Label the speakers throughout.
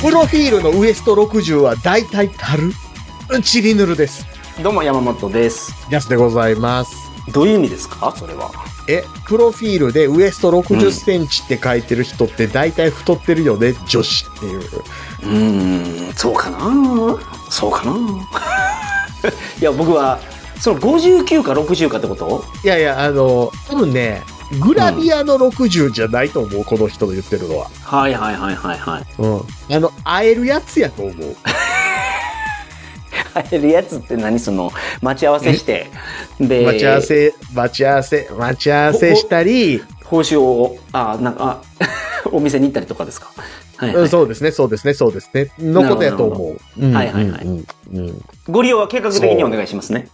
Speaker 1: プロフィールのウエスト60は大体たるチリヌルです。
Speaker 2: どうも山本です。
Speaker 1: ジャスでございます。
Speaker 2: どういう意味ですかそれは。
Speaker 1: え、プロフィールでウエスト
Speaker 2: う
Speaker 1: 60
Speaker 2: ん
Speaker 1: センチって書いてる人って大体太ってるよね、女子っていう。
Speaker 2: うーん、そうかなそうかな いや、僕は、その59か60かってこと
Speaker 1: いやいや、あの、多分ね、グラビアの60じゃないと思う、この人の言ってるのは。
Speaker 2: はいはいはいはいはい。
Speaker 1: うん。あの、会えるやつやと思う。
Speaker 2: 会えるやつって何その、待ち合わせして、で、
Speaker 1: 待ち合わせ、待ち合わせ、待ち合わせしたり、
Speaker 2: 報酬を、あ、なんか、 あお店に行ったりとかですかはい、
Speaker 1: う
Speaker 2: は
Speaker 1: ん
Speaker 2: い。
Speaker 1: そうですね、そうですね、そうですね。のことやと思う。うん
Speaker 2: はいはいはい
Speaker 1: うんうん
Speaker 2: ご利用は計画的にお願いしますね。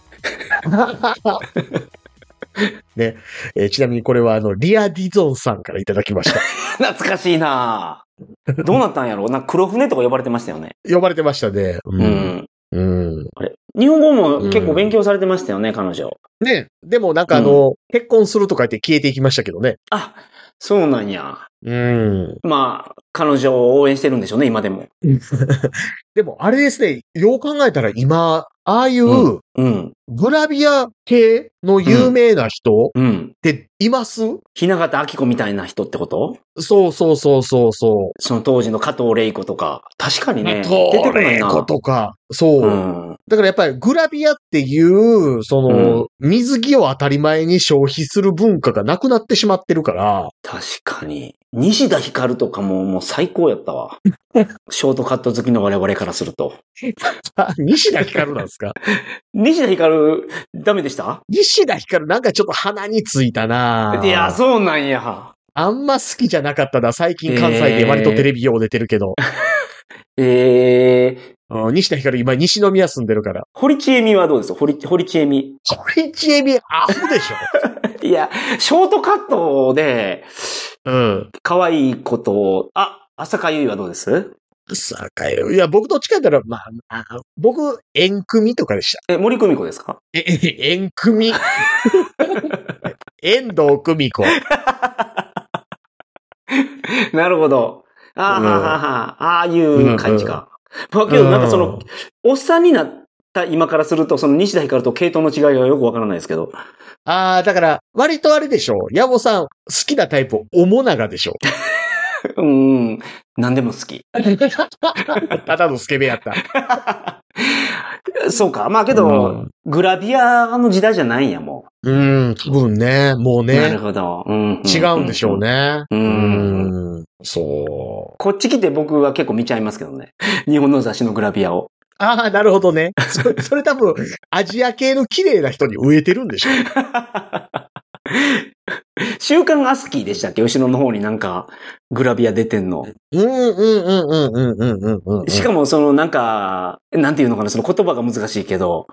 Speaker 1: えーちなみにこれは、あの、リア・ディゾンさんからいただきました。
Speaker 2: 懐かしいなどうなったんやろなんか黒船とか呼ばれてましたよね。
Speaker 1: 呼ばれてましたね。う。
Speaker 2: うんん。
Speaker 1: うん。
Speaker 2: あれ日本語も結構勉強されてましたよね、彼女。
Speaker 1: ね、でもなんかあの、結婚するとか言って消えていきましたけどね。
Speaker 2: あ、そうなんや。
Speaker 1: うん。
Speaker 2: まあ、彼女を応援してるんでしょうね、今でも。
Speaker 1: でもあれですね、よう考えたら今、ああいう
Speaker 2: うん。
Speaker 1: グラビア系の有名な人っ
Speaker 2: うん。
Speaker 1: ています、
Speaker 2: 雛形明子みたいな人ってこと
Speaker 1: そうそうそうそうそう。
Speaker 2: その当時の加藤玲子とか。確かにね。
Speaker 1: と
Speaker 2: 出てこない
Speaker 1: れ
Speaker 2: な。
Speaker 1: ことか。そう。
Speaker 2: うん。
Speaker 1: だからやっぱりグラビアっていう、その、水着を当たり前に消費する文化がなくなってしまってるから、
Speaker 2: 確かに。西田ひかるとかももう最高やっ たわ。ショートカット好きの我々からすると。
Speaker 1: あ西田ひかるなんです か
Speaker 2: 西田ひかる、ダメでした
Speaker 1: 西田ひかるなんかちょっと鼻についたない
Speaker 2: や、そうなんや。
Speaker 1: あんま好きじゃなかったな。最近関西で割とテレビよう出てるけど。
Speaker 2: えー、
Speaker 1: うん西田ひかる今西宮住んでるから。
Speaker 2: 堀ちえみはどうです堀、堀ちえみ。
Speaker 1: これちえみアホでし ょ。
Speaker 2: いや、ショートカットで、
Speaker 1: うん。
Speaker 2: 可愛いことを、あ、浅香唯はどうです
Speaker 1: さかよ。いや、僕どっちかやったら、まあ、あ僕、縁組とかでした。
Speaker 2: え、森久美子ですか
Speaker 1: え、え縁 組。遠藤久美子。
Speaker 2: なるほど。あー
Speaker 1: うん
Speaker 2: はーはーはーああいう感じか。だけどなんかその、おっさんになった今からすると、その西田ひかると系統の違いがよくわからないですけど。
Speaker 1: ああ、だから、割とあれでしょ。ヤボさん、好きなタイプ、おもながでし ょ。
Speaker 2: うんうん、何でも好き。
Speaker 1: ただのスケベやった。
Speaker 2: そうか。まあけ
Speaker 1: う
Speaker 2: ど
Speaker 1: ん、
Speaker 2: グラビアの時代じゃないんや、も
Speaker 1: うーん、多分ね、もう
Speaker 2: う。なる
Speaker 1: ね、
Speaker 2: ほど。うん
Speaker 1: 違うんでしょう。ね。
Speaker 2: う
Speaker 1: うんん、そう。
Speaker 2: こっち来て僕は結構見ちゃいますけどね。日本の雑誌のグラビアを。
Speaker 1: ああ、なるほどね。そ れ、それ多分、アジア系の綺麗な人に植えてるんでしょ。
Speaker 2: 週刊アスキーでしたっけ後ろの方になんか、グラビア出てんの。
Speaker 1: うん、うん、うん、うん、うん、うん、うん、うん。
Speaker 2: しかもそのなんか、なんていうのかな、その言葉が難しいけど、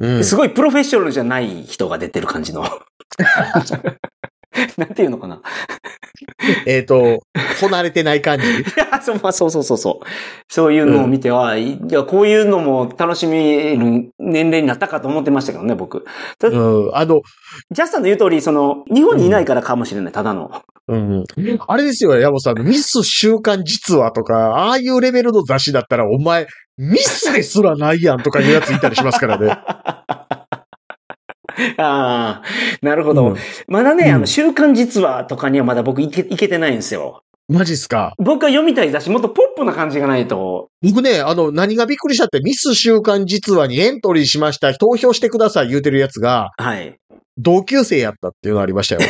Speaker 1: うん、
Speaker 2: すごいプロフェッショナルじゃない人が出てる 感じの。なんていうのかな。
Speaker 1: えっと、こなれてない 感じ。
Speaker 2: いやそうまあ、そうそうそうそう。そういうのを見ては、いや、こういうのも楽しめる年齢になったかと思ってましたけどね、僕。
Speaker 1: うん、あの、
Speaker 2: ジャスさんの言う通り、その、日本にいないからかもしれない、ただの。
Speaker 1: うん。あれですよ、山本さん。ミス週刊実話とか、ああいうレベルの雑誌だったら、お前、ミスですらないやんとかいうやついたりしますから ね。
Speaker 2: ああ、なるほど。
Speaker 1: うん
Speaker 2: まだね、あ
Speaker 1: う
Speaker 2: の、
Speaker 1: ん
Speaker 2: 週刊実話とかにはまだ僕いけいけてないんですよ。
Speaker 1: マジっすか。
Speaker 2: 僕は読みたい雑誌、もっとポップな感じがないと。
Speaker 1: 僕ね、あの、何がびっくりしたって、ミス週刊実話にエントリーしました、投票してください言うてるやつが、
Speaker 2: はい。
Speaker 1: 同級生やったっていうのありま したよ。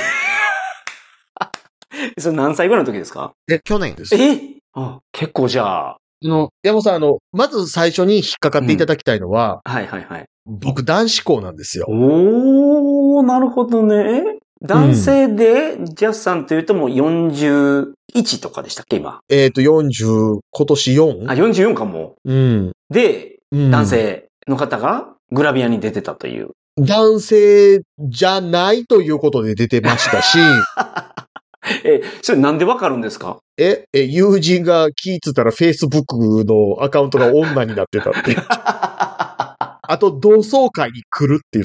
Speaker 2: それ何歳ぐらいの時ですか
Speaker 1: え、去年です。
Speaker 2: えあ結構じゃあ。
Speaker 1: あの、山本さん、あの、まず最初に引っかかっていただきたいのは、
Speaker 2: はいはいはい。
Speaker 1: 僕男子校なんですよ。
Speaker 2: おー、なるほどね。男性で、ジャスさんというともう41とかでしたっけ、今。
Speaker 1: えっ、と、40、今年
Speaker 2: あ、
Speaker 1: 4?
Speaker 2: 44かも。
Speaker 1: うん。
Speaker 2: で、
Speaker 1: うん
Speaker 2: 男性の方がグラビアに出てたという。
Speaker 1: 男性じゃないということで出てました し、
Speaker 2: え、それなんでわかるんです か
Speaker 1: え、え、友人が聞いてたら Facebook のアカウントが女になってた って。あと、同窓会に来るって言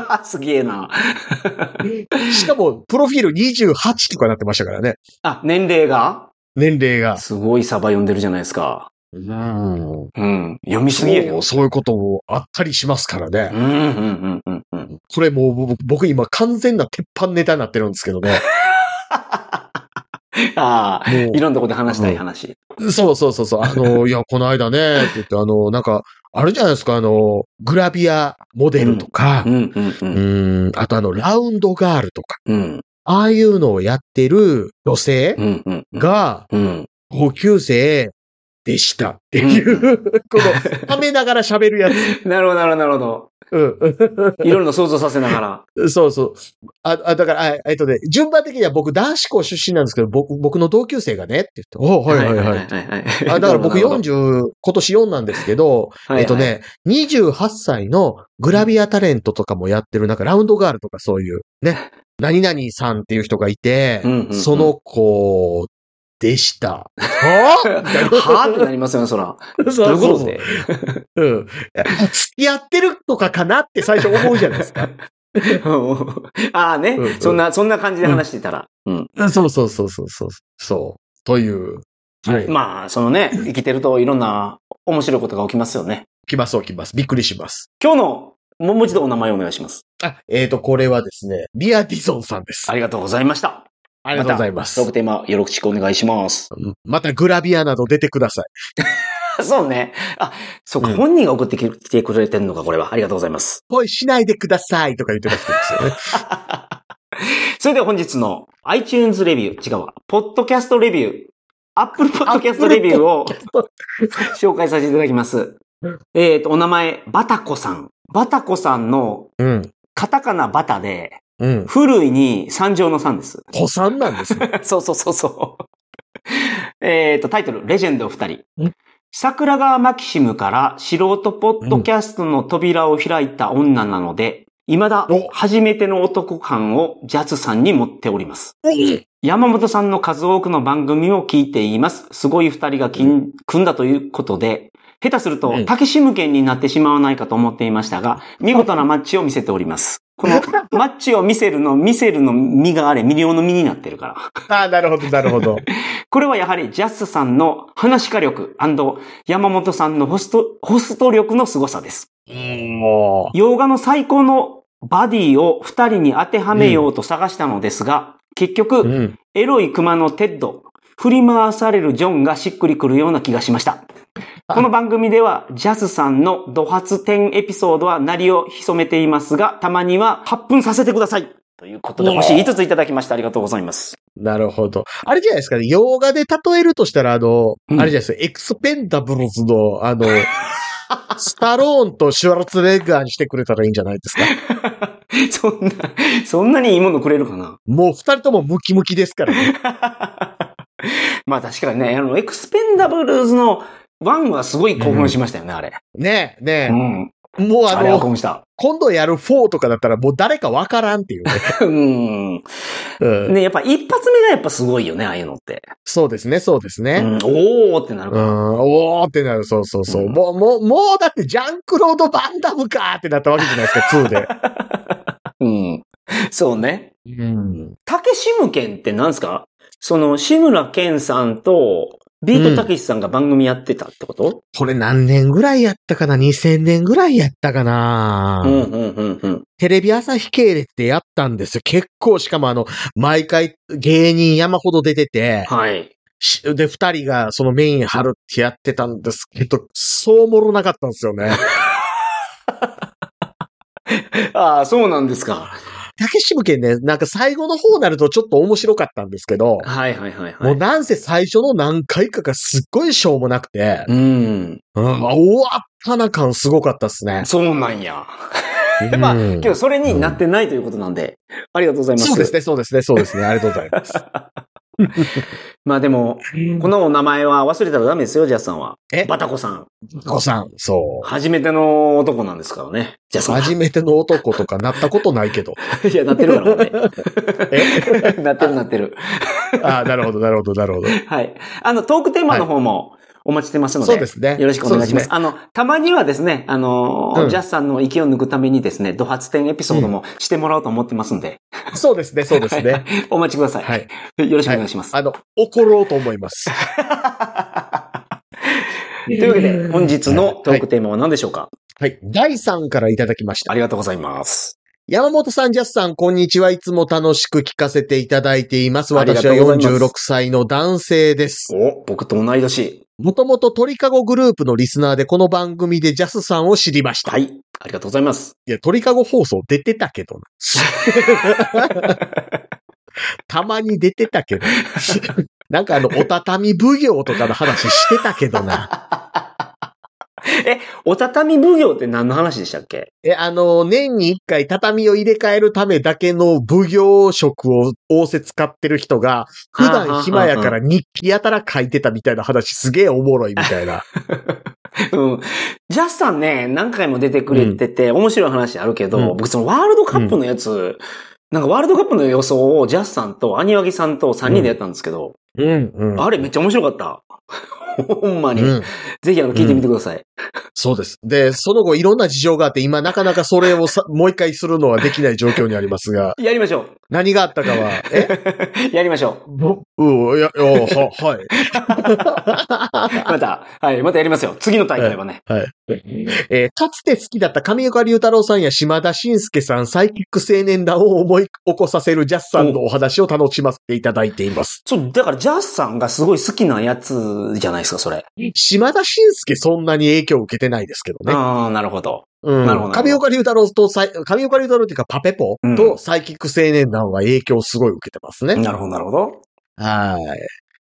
Speaker 1: っ
Speaker 2: すげえな。
Speaker 1: て。しかも、プロフィール28とかなってましたからね。
Speaker 2: あ、年齢が
Speaker 1: 年齢が。
Speaker 2: すごいサバ読んでるじゃないですか。
Speaker 1: うん。
Speaker 2: うん。読みすぎやけ
Speaker 1: そ
Speaker 2: ど
Speaker 1: う。そういうこともあったりしますから
Speaker 2: う
Speaker 1: ね。
Speaker 2: ん、うん、うん、うん。うん
Speaker 1: これもう僕僕今完全な鉄板ネタになってるんですけどね。
Speaker 2: ああ、
Speaker 1: もう
Speaker 2: いろんなとこで話したい話。
Speaker 1: そうそうそうそう。あ の、いや、この間ね、って言って、あの、なんか、あるじゃないですか、あの、グラビアモデルとか
Speaker 2: う、ん、うん、う。
Speaker 1: うんん、あとあの、ラウンドガールとか、
Speaker 2: うん、
Speaker 1: ああいうのをやってる女性
Speaker 2: うん、うん。
Speaker 1: が、
Speaker 2: うん。
Speaker 1: 同級生でしたっていう、 この、ためながら喋るやつ。
Speaker 2: なるほど、なるほど、なるほど。
Speaker 1: う
Speaker 2: いろいろ想像させながら。
Speaker 1: ん。そうそう。あ、あだから、あえっとね、順番的には僕、男子校出身なんですけど、僕、僕の同級生がね、って言って、おはいはいはい。
Speaker 2: い
Speaker 1: あだから僕、40、今年4なんですけど、えっと。ね、28歳のグラビアタレントとかもやってる、なんかラウンドガールとかそういう、ね、 何々さんっていう人がいて
Speaker 2: うんうんう、ん
Speaker 1: その子でした。
Speaker 2: は
Speaker 1: は
Speaker 2: ぁってなりますよね、そら。どういうことで
Speaker 1: うん。付き合ってるとかかなって最初思うじゃないですか。
Speaker 2: ああね
Speaker 1: うんう、ん
Speaker 2: そんな、そんな感じで話してたら。 うん。
Speaker 1: そうそうそうそうそう。そう。という。はい。
Speaker 2: まあ、そのね、生きてるといろんな面白いことが起きますよね。
Speaker 1: 来ます起きます。びっくりします。
Speaker 2: 今日の、ももう一度お名前をお願いします。
Speaker 1: あ、えっ、と、これはですね、リア・ディゾンさんです。
Speaker 2: ありがとうございました。
Speaker 1: ありがとうございま
Speaker 2: ト
Speaker 1: す
Speaker 2: ーク。テーマ、よろしくお願いします。
Speaker 1: うんまたグラビアなど出てください。
Speaker 2: そうね。あ、そうか、
Speaker 1: うん
Speaker 2: 本人が送ってきてくれてるのか、これは。ありがとうございます。
Speaker 1: 恋しないでくださいとか言ってた人ですよね。
Speaker 2: それでは本日の iTunes レビュー、違うわ、ポッドキャストレビュー、Apple Podcast レビューを紹介させていただきます。えっ、と、お名前、バタコさん。バタコさんの
Speaker 1: うん。
Speaker 2: カタカナバタで、
Speaker 1: うん。
Speaker 2: 古いに三乗の三です。
Speaker 1: 子さんなん ですね。
Speaker 2: そうそうそうそう。えっと、タイトル、レジェンドお二人
Speaker 1: うん。
Speaker 2: 桜川マキシムから素人ポッドキャストの扉を開いた女なので、未だ
Speaker 1: お
Speaker 2: 初めての男感をジャズさんに持っております。山本さんの数多くの番組を聞いています。すごい二人が組ん組んだということで、下手する
Speaker 1: う
Speaker 2: と、
Speaker 1: ん
Speaker 2: たけしむけんになってしまわないかと思っていましたが、見事なマッチを見せております。この、マッチを見せるの、見せるの身があれ、魅了の身になってるから。
Speaker 1: ああ、なるほど、なるほど。
Speaker 2: これはやはりジャスさんの話し家力山本さんのホスト、ホスト力の凄さです。
Speaker 1: も
Speaker 2: 洋画の最高のバディを二人に当てはめようと探したのですが、結
Speaker 1: う。
Speaker 2: 局、
Speaker 1: ん。
Speaker 2: エロい熊のテッド、振り回されるジョンがしっくりくるような気がしました。この番組では、ジャスさんのド発点エピソードは鳴りを潜めていますが、たまには発奮させてくださいということで、星5ついただきました。ありがとうございます。
Speaker 1: なるほど。あれじゃないですかね。洋画で例えるとしたら、あの、
Speaker 2: うん
Speaker 1: あれじゃないですか。エクスペンダブルズの、 あの、スタローンとシュワルツェネッガーにしてくれたらいいんじゃないですか。
Speaker 2: そんな、そんなにいいものくれるかな
Speaker 1: もう二人ともムキムキですからね。
Speaker 2: まあ確かにね、あの、エクスペンダブルズの1はすごい興奮しましたよね、あれ。
Speaker 1: ねえ、
Speaker 2: う
Speaker 1: ね
Speaker 2: ん。
Speaker 1: え。もう
Speaker 2: あ
Speaker 1: あ
Speaker 2: れは興
Speaker 1: の、
Speaker 2: 奮した。
Speaker 1: 今度やる4とかだったらもう誰かわからんっていうね。
Speaker 2: うん。
Speaker 1: うん
Speaker 2: ね、やっぱ一発目がやっぱすごいよね、ああいうのって。
Speaker 1: そうですね、そうですね。
Speaker 2: うん、おーってなる
Speaker 1: う
Speaker 2: か
Speaker 1: ん、おーってなる、そうそうそう。
Speaker 2: うん
Speaker 1: もう、もう、もうだってジャンクロード・バンダムかーってなったわけじゃないです か、2で。
Speaker 2: ら。うん。そうね。
Speaker 1: うん。
Speaker 2: たけしむけんって何すかその、志村けんさんと、ビートたけしさんが番組やってたってこと、
Speaker 1: これ何年ぐらいやったかな ?2000 年ぐらいやったかな、
Speaker 2: うん、うん、うん、うん。
Speaker 1: テレビ朝日系列でやったんですよ。結構、しかもあの、毎回芸人山ほど出てて、
Speaker 2: はい。
Speaker 1: しで、二人がそのメイン張るってやってたんですけど、そうもろなかったんですよ ね。
Speaker 2: ああ、そうなんですか。
Speaker 1: 竹島県ね、なんか最後の方になるとちょっと面白かったんですけど、
Speaker 2: はい、はい、はい、は
Speaker 1: もう
Speaker 2: い。
Speaker 1: なんせ最初の何回かがすっごいしょうもなくて、
Speaker 2: うん。
Speaker 1: うん、あ終わったな感すごかったっすね。
Speaker 2: そうなんや。でまあ、
Speaker 1: うん
Speaker 2: 今日それになってないということなんで、ありがとうございます。
Speaker 1: そうですね、そうですね、そうですね。ありがとうございます。
Speaker 2: まあでも、このお名前は忘れたらダメですよ、ジャスさんは。
Speaker 1: え
Speaker 2: バタコさん。
Speaker 1: ごさん、そ
Speaker 2: 初めての男なんですからね。ジャス
Speaker 1: う。
Speaker 2: さん。
Speaker 1: 初めての男とかなったことないけど。
Speaker 2: いや、なってるからね。
Speaker 1: え
Speaker 2: なってるなってる。
Speaker 1: あーなるほど、なるほど、なるほど。
Speaker 2: はい。あの、トークテーマの方もお待ちしてますので。
Speaker 1: そうですね。
Speaker 2: よろしくお願いします。
Speaker 1: そう
Speaker 2: あの、たまにはですね、あのー
Speaker 1: うん
Speaker 2: ジャスさんの息を抜くためにですね、ド発展エピソードもしてもらおうと思ってますんで、
Speaker 1: ですね。そうですね、そうですね。
Speaker 2: お待ちください。
Speaker 1: はい。
Speaker 2: よろしくお願いします。
Speaker 1: あの、怒ろうと思います。
Speaker 2: というわけで、本日のトークテーマは何でしょうか、
Speaker 1: はい。第3からいただきました。
Speaker 2: ありがとうございます。
Speaker 1: 山本さん、ジャスさん、こんにちは。いつも楽しく聞かせていただいています。
Speaker 2: ありが
Speaker 1: 私
Speaker 2: と
Speaker 1: は
Speaker 2: うございます
Speaker 1: 46歳の男性です。
Speaker 2: お、僕と同い年。
Speaker 1: もともと鳥かごグループのリスナーでこの番組でジャスさんを知りました。、
Speaker 2: はいい。ありがとうございます。
Speaker 1: や、鳥かご放送出てたけどな。 たまに出てたけど。なんかあの、お畳奉行とかの話してたけどな。
Speaker 2: え、お畳奉行って何の話でしたっけ
Speaker 1: え、あの、年に一回畳を入れ替えるためだけの奉行職を仰せ使ってる人が、普段暇やから日記やたら書いてたみたいな話すげえおもろいみたいな。
Speaker 2: うん。ジャスさんね、何回も出てくれてて、面白い話あるけど、
Speaker 1: うん
Speaker 2: 僕そのワールドカップのやつ、なんかワールドカップの予想をジャスさんとアニワギさんと3人でやったんですけど、
Speaker 1: うん、うん。
Speaker 2: あれめっちゃ面白かった。 ほんまに。
Speaker 1: うん、
Speaker 2: ぜひあの聞いてみてください。
Speaker 1: そうです。で、その後いろんな事情があって、今なかなかそれをさもう一回するのはできない状況にありますが、
Speaker 2: やりましょ
Speaker 1: 何があったかは、え
Speaker 2: う。 やりましょ
Speaker 1: ぼ、うん、いや、いやは、はい。
Speaker 2: う。また、はい、またやりますよ。次の大会はね。
Speaker 1: はい。えーかつて好きだった上岡龍太郎さんや島田紳介さん、サイキック青年団を思い起こさせるジャスさんのお話を楽しませていただいています。
Speaker 2: そう、だからジャスさんがすごい好きなやつじゃないですか、それ。
Speaker 1: 島田紳介そんなに影響を受けてないですけどね。
Speaker 2: ああ、なるほど。
Speaker 1: うん
Speaker 2: なるほど
Speaker 1: 上岡龍太郎とサイ、上岡龍太郎っていうかパペポ
Speaker 2: うん
Speaker 1: とサイキック青年団は影響をすごい受けてますね。
Speaker 2: なるほど、なるほど。
Speaker 1: はい。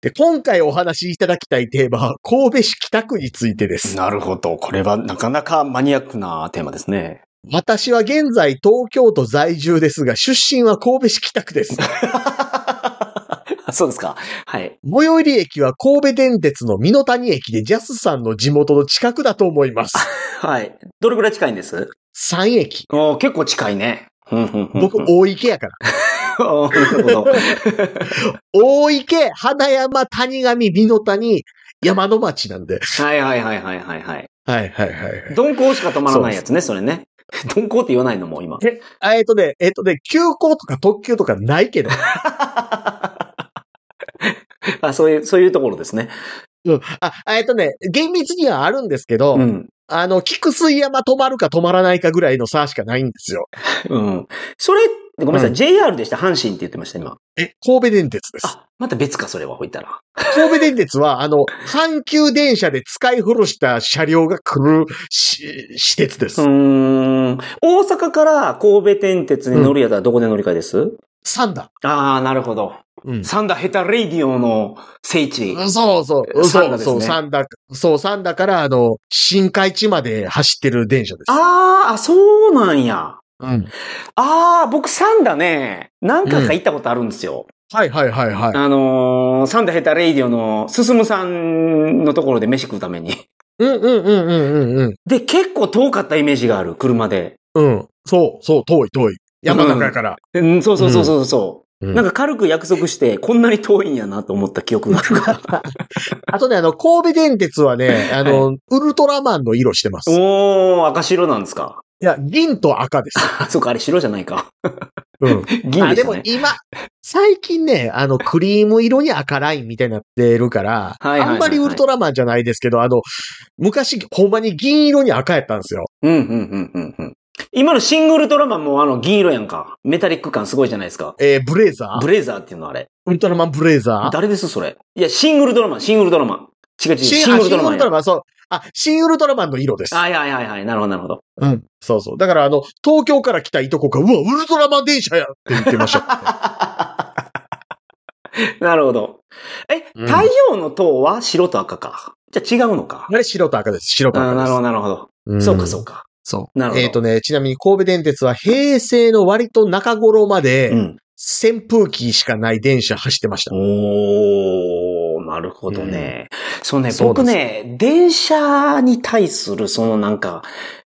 Speaker 1: で、今回お話しいただきたいテーマは、神戸市北区についてです。
Speaker 2: なるほど。これはなかなかマニアックなテーマですね。
Speaker 1: 私は現在東京都在住ですが、出身は神戸市北区です。
Speaker 2: そうですか。はい。
Speaker 1: 最寄り駅は神戸電鉄の美濃谷駅でジャスさんの地元の近くだと思います。
Speaker 2: はい。どれぐらい近いんです
Speaker 1: 3駅。
Speaker 2: おー結構近いね。
Speaker 1: 僕、大池やから。
Speaker 2: おー なるほど。
Speaker 1: 大池、花山、谷上、美濃谷、山の町なんで。
Speaker 2: はいはいはいはいはいはい。
Speaker 1: はいはいはいはい。
Speaker 2: 鈍行しか止まらないやつね、それね。鈍行って言わないのもう今。
Speaker 1: あえっとね、えっとね、急行とか特急とかない けど、
Speaker 2: あ、そういう、そういうところですね。
Speaker 1: うんあ、えっとね、厳密にはあるんですけど、
Speaker 2: うん。
Speaker 1: あの、菊水山止まるか止まらないかぐらいの差しかないんですよ。
Speaker 2: うん。それ、ごめんなさい、
Speaker 1: うん
Speaker 2: JR でした、阪神って言ってました、今。
Speaker 1: え、神戸電鉄です。
Speaker 2: あ、また別か、それは、ほいたら。
Speaker 1: 神戸電鉄は、あの、阪急電車で使い古した車両が来るし施設で
Speaker 2: う
Speaker 1: す。
Speaker 2: ーん。大阪から神戸電鉄に乗るやつはどこで乗り換えです、
Speaker 1: サンダ
Speaker 2: ああ、なるほど。
Speaker 1: うん。
Speaker 2: サンダヘタレイディオの聖地。
Speaker 1: そうそう。
Speaker 2: サンダですね
Speaker 1: そうそう、サンダ。そう、サンダから、あの、新海地まで走ってる電車です。
Speaker 2: あーあ、そうなんや。
Speaker 1: うん。
Speaker 2: ああ、僕サンダね、何回か行ったことあるんですよ。
Speaker 1: はいはいはいはい。
Speaker 2: あのー、サンダヘタレイディオのすすむさんのところで飯食うために。
Speaker 1: うんうんうんうんうん
Speaker 2: で、結構遠かったイメージがある、車で。
Speaker 1: うん。うん。そうそう、遠い遠い。山中やから。
Speaker 2: うん、そうそうそうそうそ
Speaker 1: う
Speaker 2: う。
Speaker 1: ん
Speaker 2: なんか軽く約束して、こんなに遠いんやなと思った記憶 があるから。
Speaker 1: あとね、あの、神戸電鉄はね、あの、ウルトラマンの色してます。い
Speaker 2: おー、赤白なんですか。
Speaker 1: や、銀と赤です。
Speaker 2: あ、 そうか、あれ白じゃないか。
Speaker 1: うん。
Speaker 2: 銀
Speaker 1: あ
Speaker 2: で
Speaker 1: で
Speaker 2: した
Speaker 1: も
Speaker 2: ね。
Speaker 1: 今、最近ね、あの、クリーム色に赤ラインみたいになってるから、
Speaker 2: はいはいはいはい
Speaker 1: あんまりウルトラマンじゃないですけど、あの、昔、ほんまに銀色に赤やったんですよ。
Speaker 2: うん、うん、うん、うん、うん。今のシングルトラマンもあの銀色やんか。メタリック感すごいじゃないですか。
Speaker 1: えーブレザー
Speaker 2: ブレザーっていうのあれ。
Speaker 1: ウルトラマンブレザー
Speaker 2: 誰ですそれ。いや、シングルトラマン、シングルトラマン。違う違う、
Speaker 1: 新
Speaker 2: シン
Speaker 1: あ
Speaker 2: グル
Speaker 1: 新
Speaker 2: トラ
Speaker 1: ウ
Speaker 2: マン
Speaker 1: ルトラ
Speaker 2: や。
Speaker 1: マン、そう。あ、新ウルトラマンの色です。
Speaker 2: はいはいはいはい。なるほど、なるほど。
Speaker 1: うん。そうそう。だから、あの、東京から来たいとこが、うわ、ウルトラマン電車やって言ってま した。
Speaker 2: なるほど。え、
Speaker 1: うん
Speaker 2: 太陽の塔は白と赤か。じゃあ違うのか。
Speaker 1: あれ、白と赤です。白と
Speaker 2: あ
Speaker 1: 赤
Speaker 2: ー
Speaker 1: です。
Speaker 2: なるほど、なるほど。
Speaker 1: ん
Speaker 2: そうか、そうか。
Speaker 1: そう。
Speaker 2: なるほど
Speaker 1: えっ、とね、ちなみに神戸電鉄は平成の割と中頃まで、
Speaker 2: うん。
Speaker 1: 扇風機しかない電車走ってました。
Speaker 2: おー、なるほどね。そうね、
Speaker 1: そう
Speaker 2: 僕
Speaker 1: なんです
Speaker 2: ね、電車に対する、そのなんか、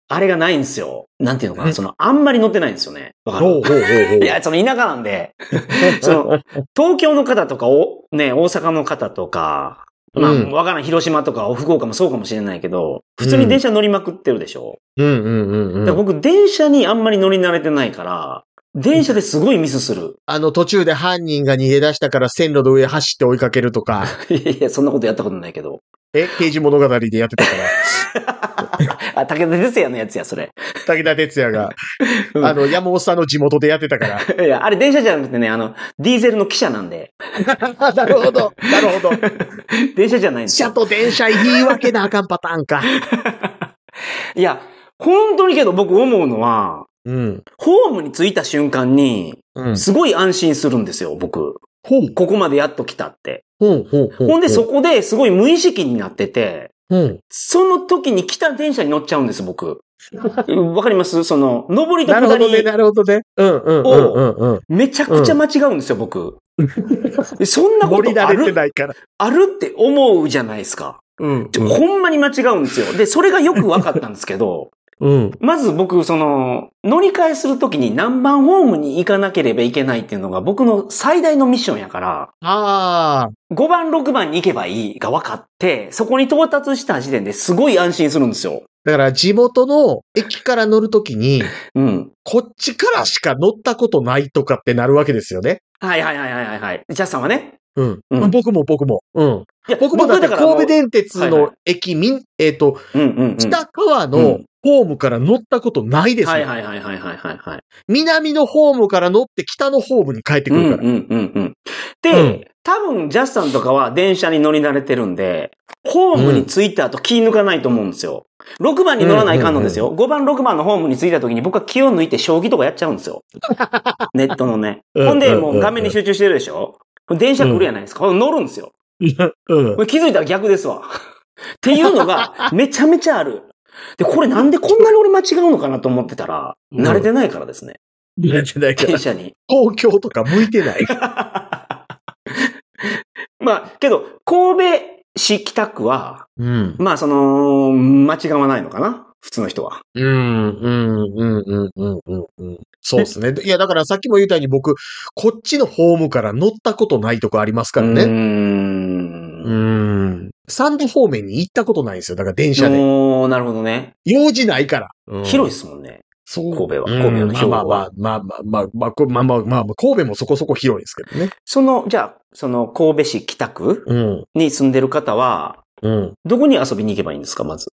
Speaker 2: あれがないんですよ。なんていうのかな、
Speaker 1: え
Speaker 2: その、あんまり乗ってないんですよね。わかる
Speaker 1: ほうほうほうほう
Speaker 2: いや、その田舎なんで、 その、東京の方とか、お、ね、大阪の方とか、まあ、
Speaker 1: うん
Speaker 2: わからん、広島とか、福岡もそうかもしれないけど、普通に電車乗りまくってるでしょ、
Speaker 1: うんうんうんう
Speaker 2: だから
Speaker 1: ん。
Speaker 2: 僕、電車にあんまり乗り慣れてないから、電車ですごいミスする。
Speaker 1: あの途中で犯人が逃げ出したから線路の上走って追いかけるとか。
Speaker 2: いやいや、そんなことやったことないけど。
Speaker 1: え、刑事物語でやってたから。
Speaker 2: あ、武田鉄矢のやつや、それ。
Speaker 1: 武田鉄矢が、
Speaker 2: うん
Speaker 1: あの、山本さんの地元でやってたか
Speaker 2: いや、あれ電車じゃなくてね、あの、ディーゼルの汽車なんで、
Speaker 1: ら。 なるほど、なるほど。
Speaker 2: 電車じゃないんです
Speaker 1: 車
Speaker 2: よ。
Speaker 1: と電車言い訳なあかんパターンか。
Speaker 2: いや、本当にけど僕思うのは、
Speaker 1: うん。
Speaker 2: ホームに着いた瞬間に、
Speaker 1: うん。
Speaker 2: すごい安心するんですよ、僕。
Speaker 1: ほう、
Speaker 2: ここまでやっと来たって。
Speaker 1: ほう、ほう、ほう。
Speaker 2: ほんで、そこですごい無意識になってて、
Speaker 1: うん。
Speaker 2: その時に来た電車に乗っちゃうんです、 僕。わかりますその、上りと
Speaker 1: なるほ
Speaker 2: 下
Speaker 1: どね、
Speaker 2: り、
Speaker 1: なるほどね。うん、うん、うん、うん、うん。
Speaker 2: めちゃくちゃ間違うんですよ、僕。そんなこ
Speaker 1: 盛り
Speaker 2: とあ
Speaker 1: 慣れて
Speaker 2: る、
Speaker 1: ないから。
Speaker 2: あるって思うじゃないですか。
Speaker 1: うん。
Speaker 2: ほんまに間違うんですよ。で、それがよくわかったんですけ ど、
Speaker 1: うん。
Speaker 2: まず僕、その、乗り換えするときに何番ホームに行かなければいけないっていうのが僕の最大のミッションやから、
Speaker 1: ああ。
Speaker 2: 5番、6番に行けばいいが分かって、そこに到達した時点ですごい安心するんですよ。
Speaker 1: だから、地元の駅から乗るとき に、
Speaker 2: うん。
Speaker 1: こっちからしか乗ったことないとかってなるわけですよね。
Speaker 2: はいはいはいはいはいはい。ジャスさんはね。
Speaker 1: うん。
Speaker 2: うん
Speaker 1: 僕も僕も。うん。
Speaker 2: いや、
Speaker 1: 僕もだって
Speaker 2: もう
Speaker 1: 神戸電鉄
Speaker 2: はいは
Speaker 1: の駅、みんえっ、と、
Speaker 2: うんうんうん。
Speaker 1: 北川
Speaker 2: う
Speaker 1: の
Speaker 2: ん
Speaker 1: ホームから乗ったことないです、ね
Speaker 2: はいはいはいはいはいはいはい。
Speaker 1: 南のホームから乗って北のホームに帰ってくるから。
Speaker 2: うんうんうんうん。
Speaker 1: う
Speaker 2: で
Speaker 1: ん、
Speaker 2: 多分、ジャスさんとかは電車に乗り慣れてるんで、ホームに着いた後気抜かないと思うんですよ。6番に乗らないかんのですよ。5番、6番のホームに着いた時に僕は気を抜いて将棋とかやっちゃうんです よ。ネットのね。
Speaker 1: うん
Speaker 2: ほんで、
Speaker 1: うん
Speaker 2: もう画面に集中してるでしょ電車来るやないですか。乗るんです よ。
Speaker 1: うん
Speaker 2: こ れ気づいたら逆ですわ。っていうのが、めちゃめちゃある。で、これなんでこんなに俺間違うのかなと思ってたら、
Speaker 1: うん
Speaker 2: 慣れてないからですね。
Speaker 1: いやじゃないから
Speaker 2: 電車に。
Speaker 1: 東京とか向いて ない。
Speaker 2: まあ、けど、神戸市北区は、
Speaker 1: うん。
Speaker 2: まあ、その、間違わないのかな普通の人は。
Speaker 1: うん、うん、うん、うん、うん、うんうん。そうですね。いや、だからさっきも言ったように僕、こっちのホームから乗ったことないとこありますから
Speaker 2: うー。
Speaker 1: ね。うんん。三度方面に行ったことないんですよ。だから電車で。
Speaker 2: おーなるほどね。
Speaker 1: 用事ないから。
Speaker 2: 広い
Speaker 1: い。
Speaker 2: ですもんね。
Speaker 1: そう。
Speaker 2: 神戸は
Speaker 1: うん
Speaker 2: 神戸の広い
Speaker 1: まあまあまあまあまあまあ、こまあまあまあまあ、神戸もそこそこ広いですけどね。
Speaker 2: その、じゃあ、その、神戸市北区
Speaker 1: うん。
Speaker 2: に住んでる方は、
Speaker 1: うん。
Speaker 2: どこに遊びに行けばいいんですか、まず。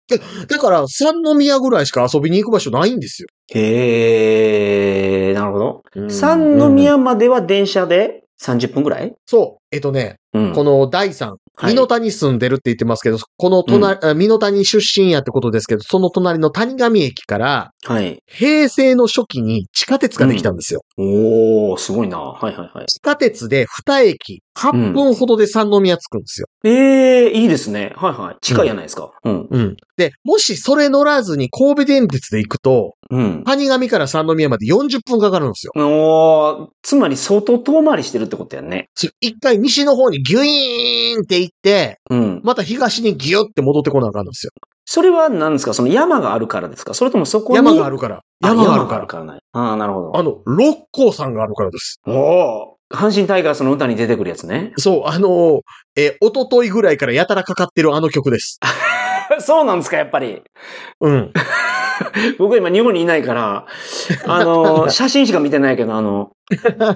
Speaker 1: だから、三宮ぐらいしか遊びに行く場所ないんですよ。
Speaker 2: へー、なるほど。三
Speaker 1: うん
Speaker 2: 宮までは電車で30分ぐらい
Speaker 1: そう。えっとね、
Speaker 2: うん。
Speaker 1: この第三、
Speaker 2: はい
Speaker 1: 美濃谷住んでるって言ってますけど、この隣、あ美濃谷出身やってことですけど、その隣の谷上駅から、
Speaker 2: はい。
Speaker 1: 平成の初期に地下鉄ができたんですよ。
Speaker 2: おー、すごいな。はいはいはい。
Speaker 1: 地下鉄で二駅、8分ほどで三宮着くんですよ。
Speaker 2: ええいいですね。はいはい。近いじゃないですか。うん。
Speaker 1: うん。で、もしそれ乗らずに神戸電鉄で行くと、
Speaker 2: うん。
Speaker 1: 谷上から三宮まで40分かかるんですよ。
Speaker 2: おーつまり相当遠回りしてるってことやね。
Speaker 1: それ一回西の方にギュイーンって行って、
Speaker 2: うん。
Speaker 1: また東にギュって戻ってこなあかんんですよ。
Speaker 2: それは何ですかその山があるからですかそれともそこに。
Speaker 1: 山があるから。
Speaker 2: あ。
Speaker 1: 山があるから。
Speaker 2: からない。ああ、なるほ
Speaker 1: あ
Speaker 2: ど。
Speaker 1: の、六甲山があるからです。。
Speaker 2: おー阪神タイガースの歌に出てくるやつね
Speaker 1: そう、あのー、えー、一昨日ぐらいからやたらかかってるあの曲です。
Speaker 2: そうなんですかやっぱり。
Speaker 1: うん。
Speaker 2: 僕今日本にいないから、あの、 写真しか見てないけど、あの、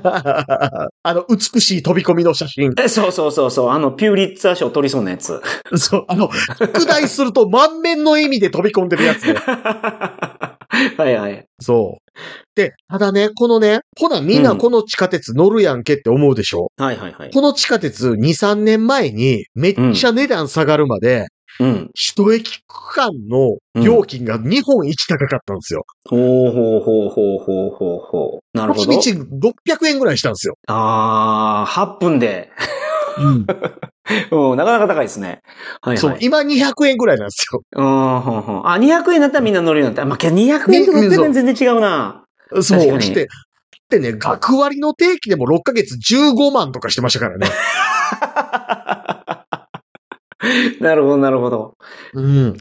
Speaker 1: あの、美しい飛び込みの写真。
Speaker 2: え、そうそうそうそう、あの、ピューリッツァー賞取りそうな やつ。
Speaker 1: そう、あの、拡大すると満面の意味で飛び込んでるや つね。
Speaker 2: はいはい。
Speaker 1: そう。で、ただね、このね、ほな、みんなこの地下鉄乗るやんけって思うでしょ、
Speaker 2: はいはいはい。
Speaker 1: この地下鉄2、3年前にめっちゃ値段下がるまで、
Speaker 2: うん。
Speaker 1: 一駅区間の料金が日本一高かったんですよ。
Speaker 2: ほうほうほうほうほうほうほう。なるほ
Speaker 1: 一
Speaker 2: ど。
Speaker 1: 日600円ぐらいしたんですよ。
Speaker 2: ああ、8分で。 うん、なかなか高いですね。はい
Speaker 1: そ
Speaker 2: は
Speaker 1: う、
Speaker 2: い。
Speaker 1: 今200円ぐらいなんですよ。
Speaker 2: うんほんほんあ、200円だったらみんな乗るようになった。まあ、けど200円と600円全然違うな。
Speaker 1: そう。
Speaker 2: 確かに
Speaker 1: して、でね、学割の定期でも6ヶ月15万とかしてましたからね。
Speaker 2: なるほど、なるほど。
Speaker 1: うん。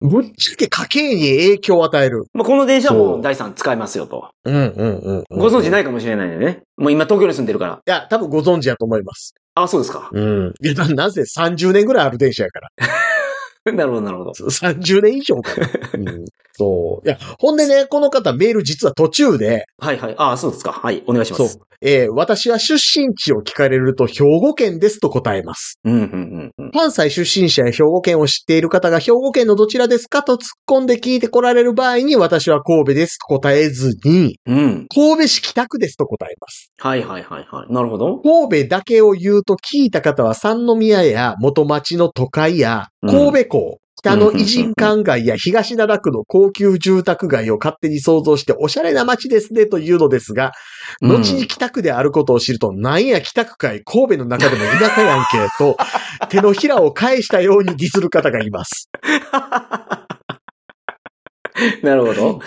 Speaker 1: ぶっちゃけ家計に影響を与える。
Speaker 2: まあ、この電車
Speaker 1: そ
Speaker 2: も
Speaker 1: う
Speaker 2: 第3使いますよと。
Speaker 1: うんうんうん、
Speaker 2: ご存知
Speaker 1: い
Speaker 2: ないかもしれないんでね。もう今東京に住んでるから。
Speaker 1: や、多分ご存知やと思います。
Speaker 2: あ、そうですか。
Speaker 1: うん。いや、ななぜ30年ぐらいある電車やから。
Speaker 2: なるほど、なるほど。
Speaker 1: 30年以上かな、うんそう。いや、ほんでね、この方メール実は途中で、
Speaker 2: はいはい。ああ、そうですか。はい。お願いしま
Speaker 1: そう
Speaker 2: す。。
Speaker 1: えー私は出身地を聞かれると兵庫県ですと答えます。
Speaker 2: うん、うん、うん。
Speaker 1: 関西出身者や兵庫県を知っている方が兵庫県のどちらですかと突っ込んで聞いてこられる場合に私は神戸ですと答えずに、
Speaker 2: うん。
Speaker 1: 神戸市北区ですと答えます。
Speaker 2: はいはいはいはい。なるほど。
Speaker 1: 神戸だけを言うと聞いた方は三宮や元町の都会や神戸港、北の偉人館街や東灘区の高級住宅街を勝手に想像しておしゃれな街ですねというのですが、後に北区であることを知ると、なんや北区かい神戸の中でも田舎やんけと、手のひらを返したようにディスる方がいます。
Speaker 2: なるほど。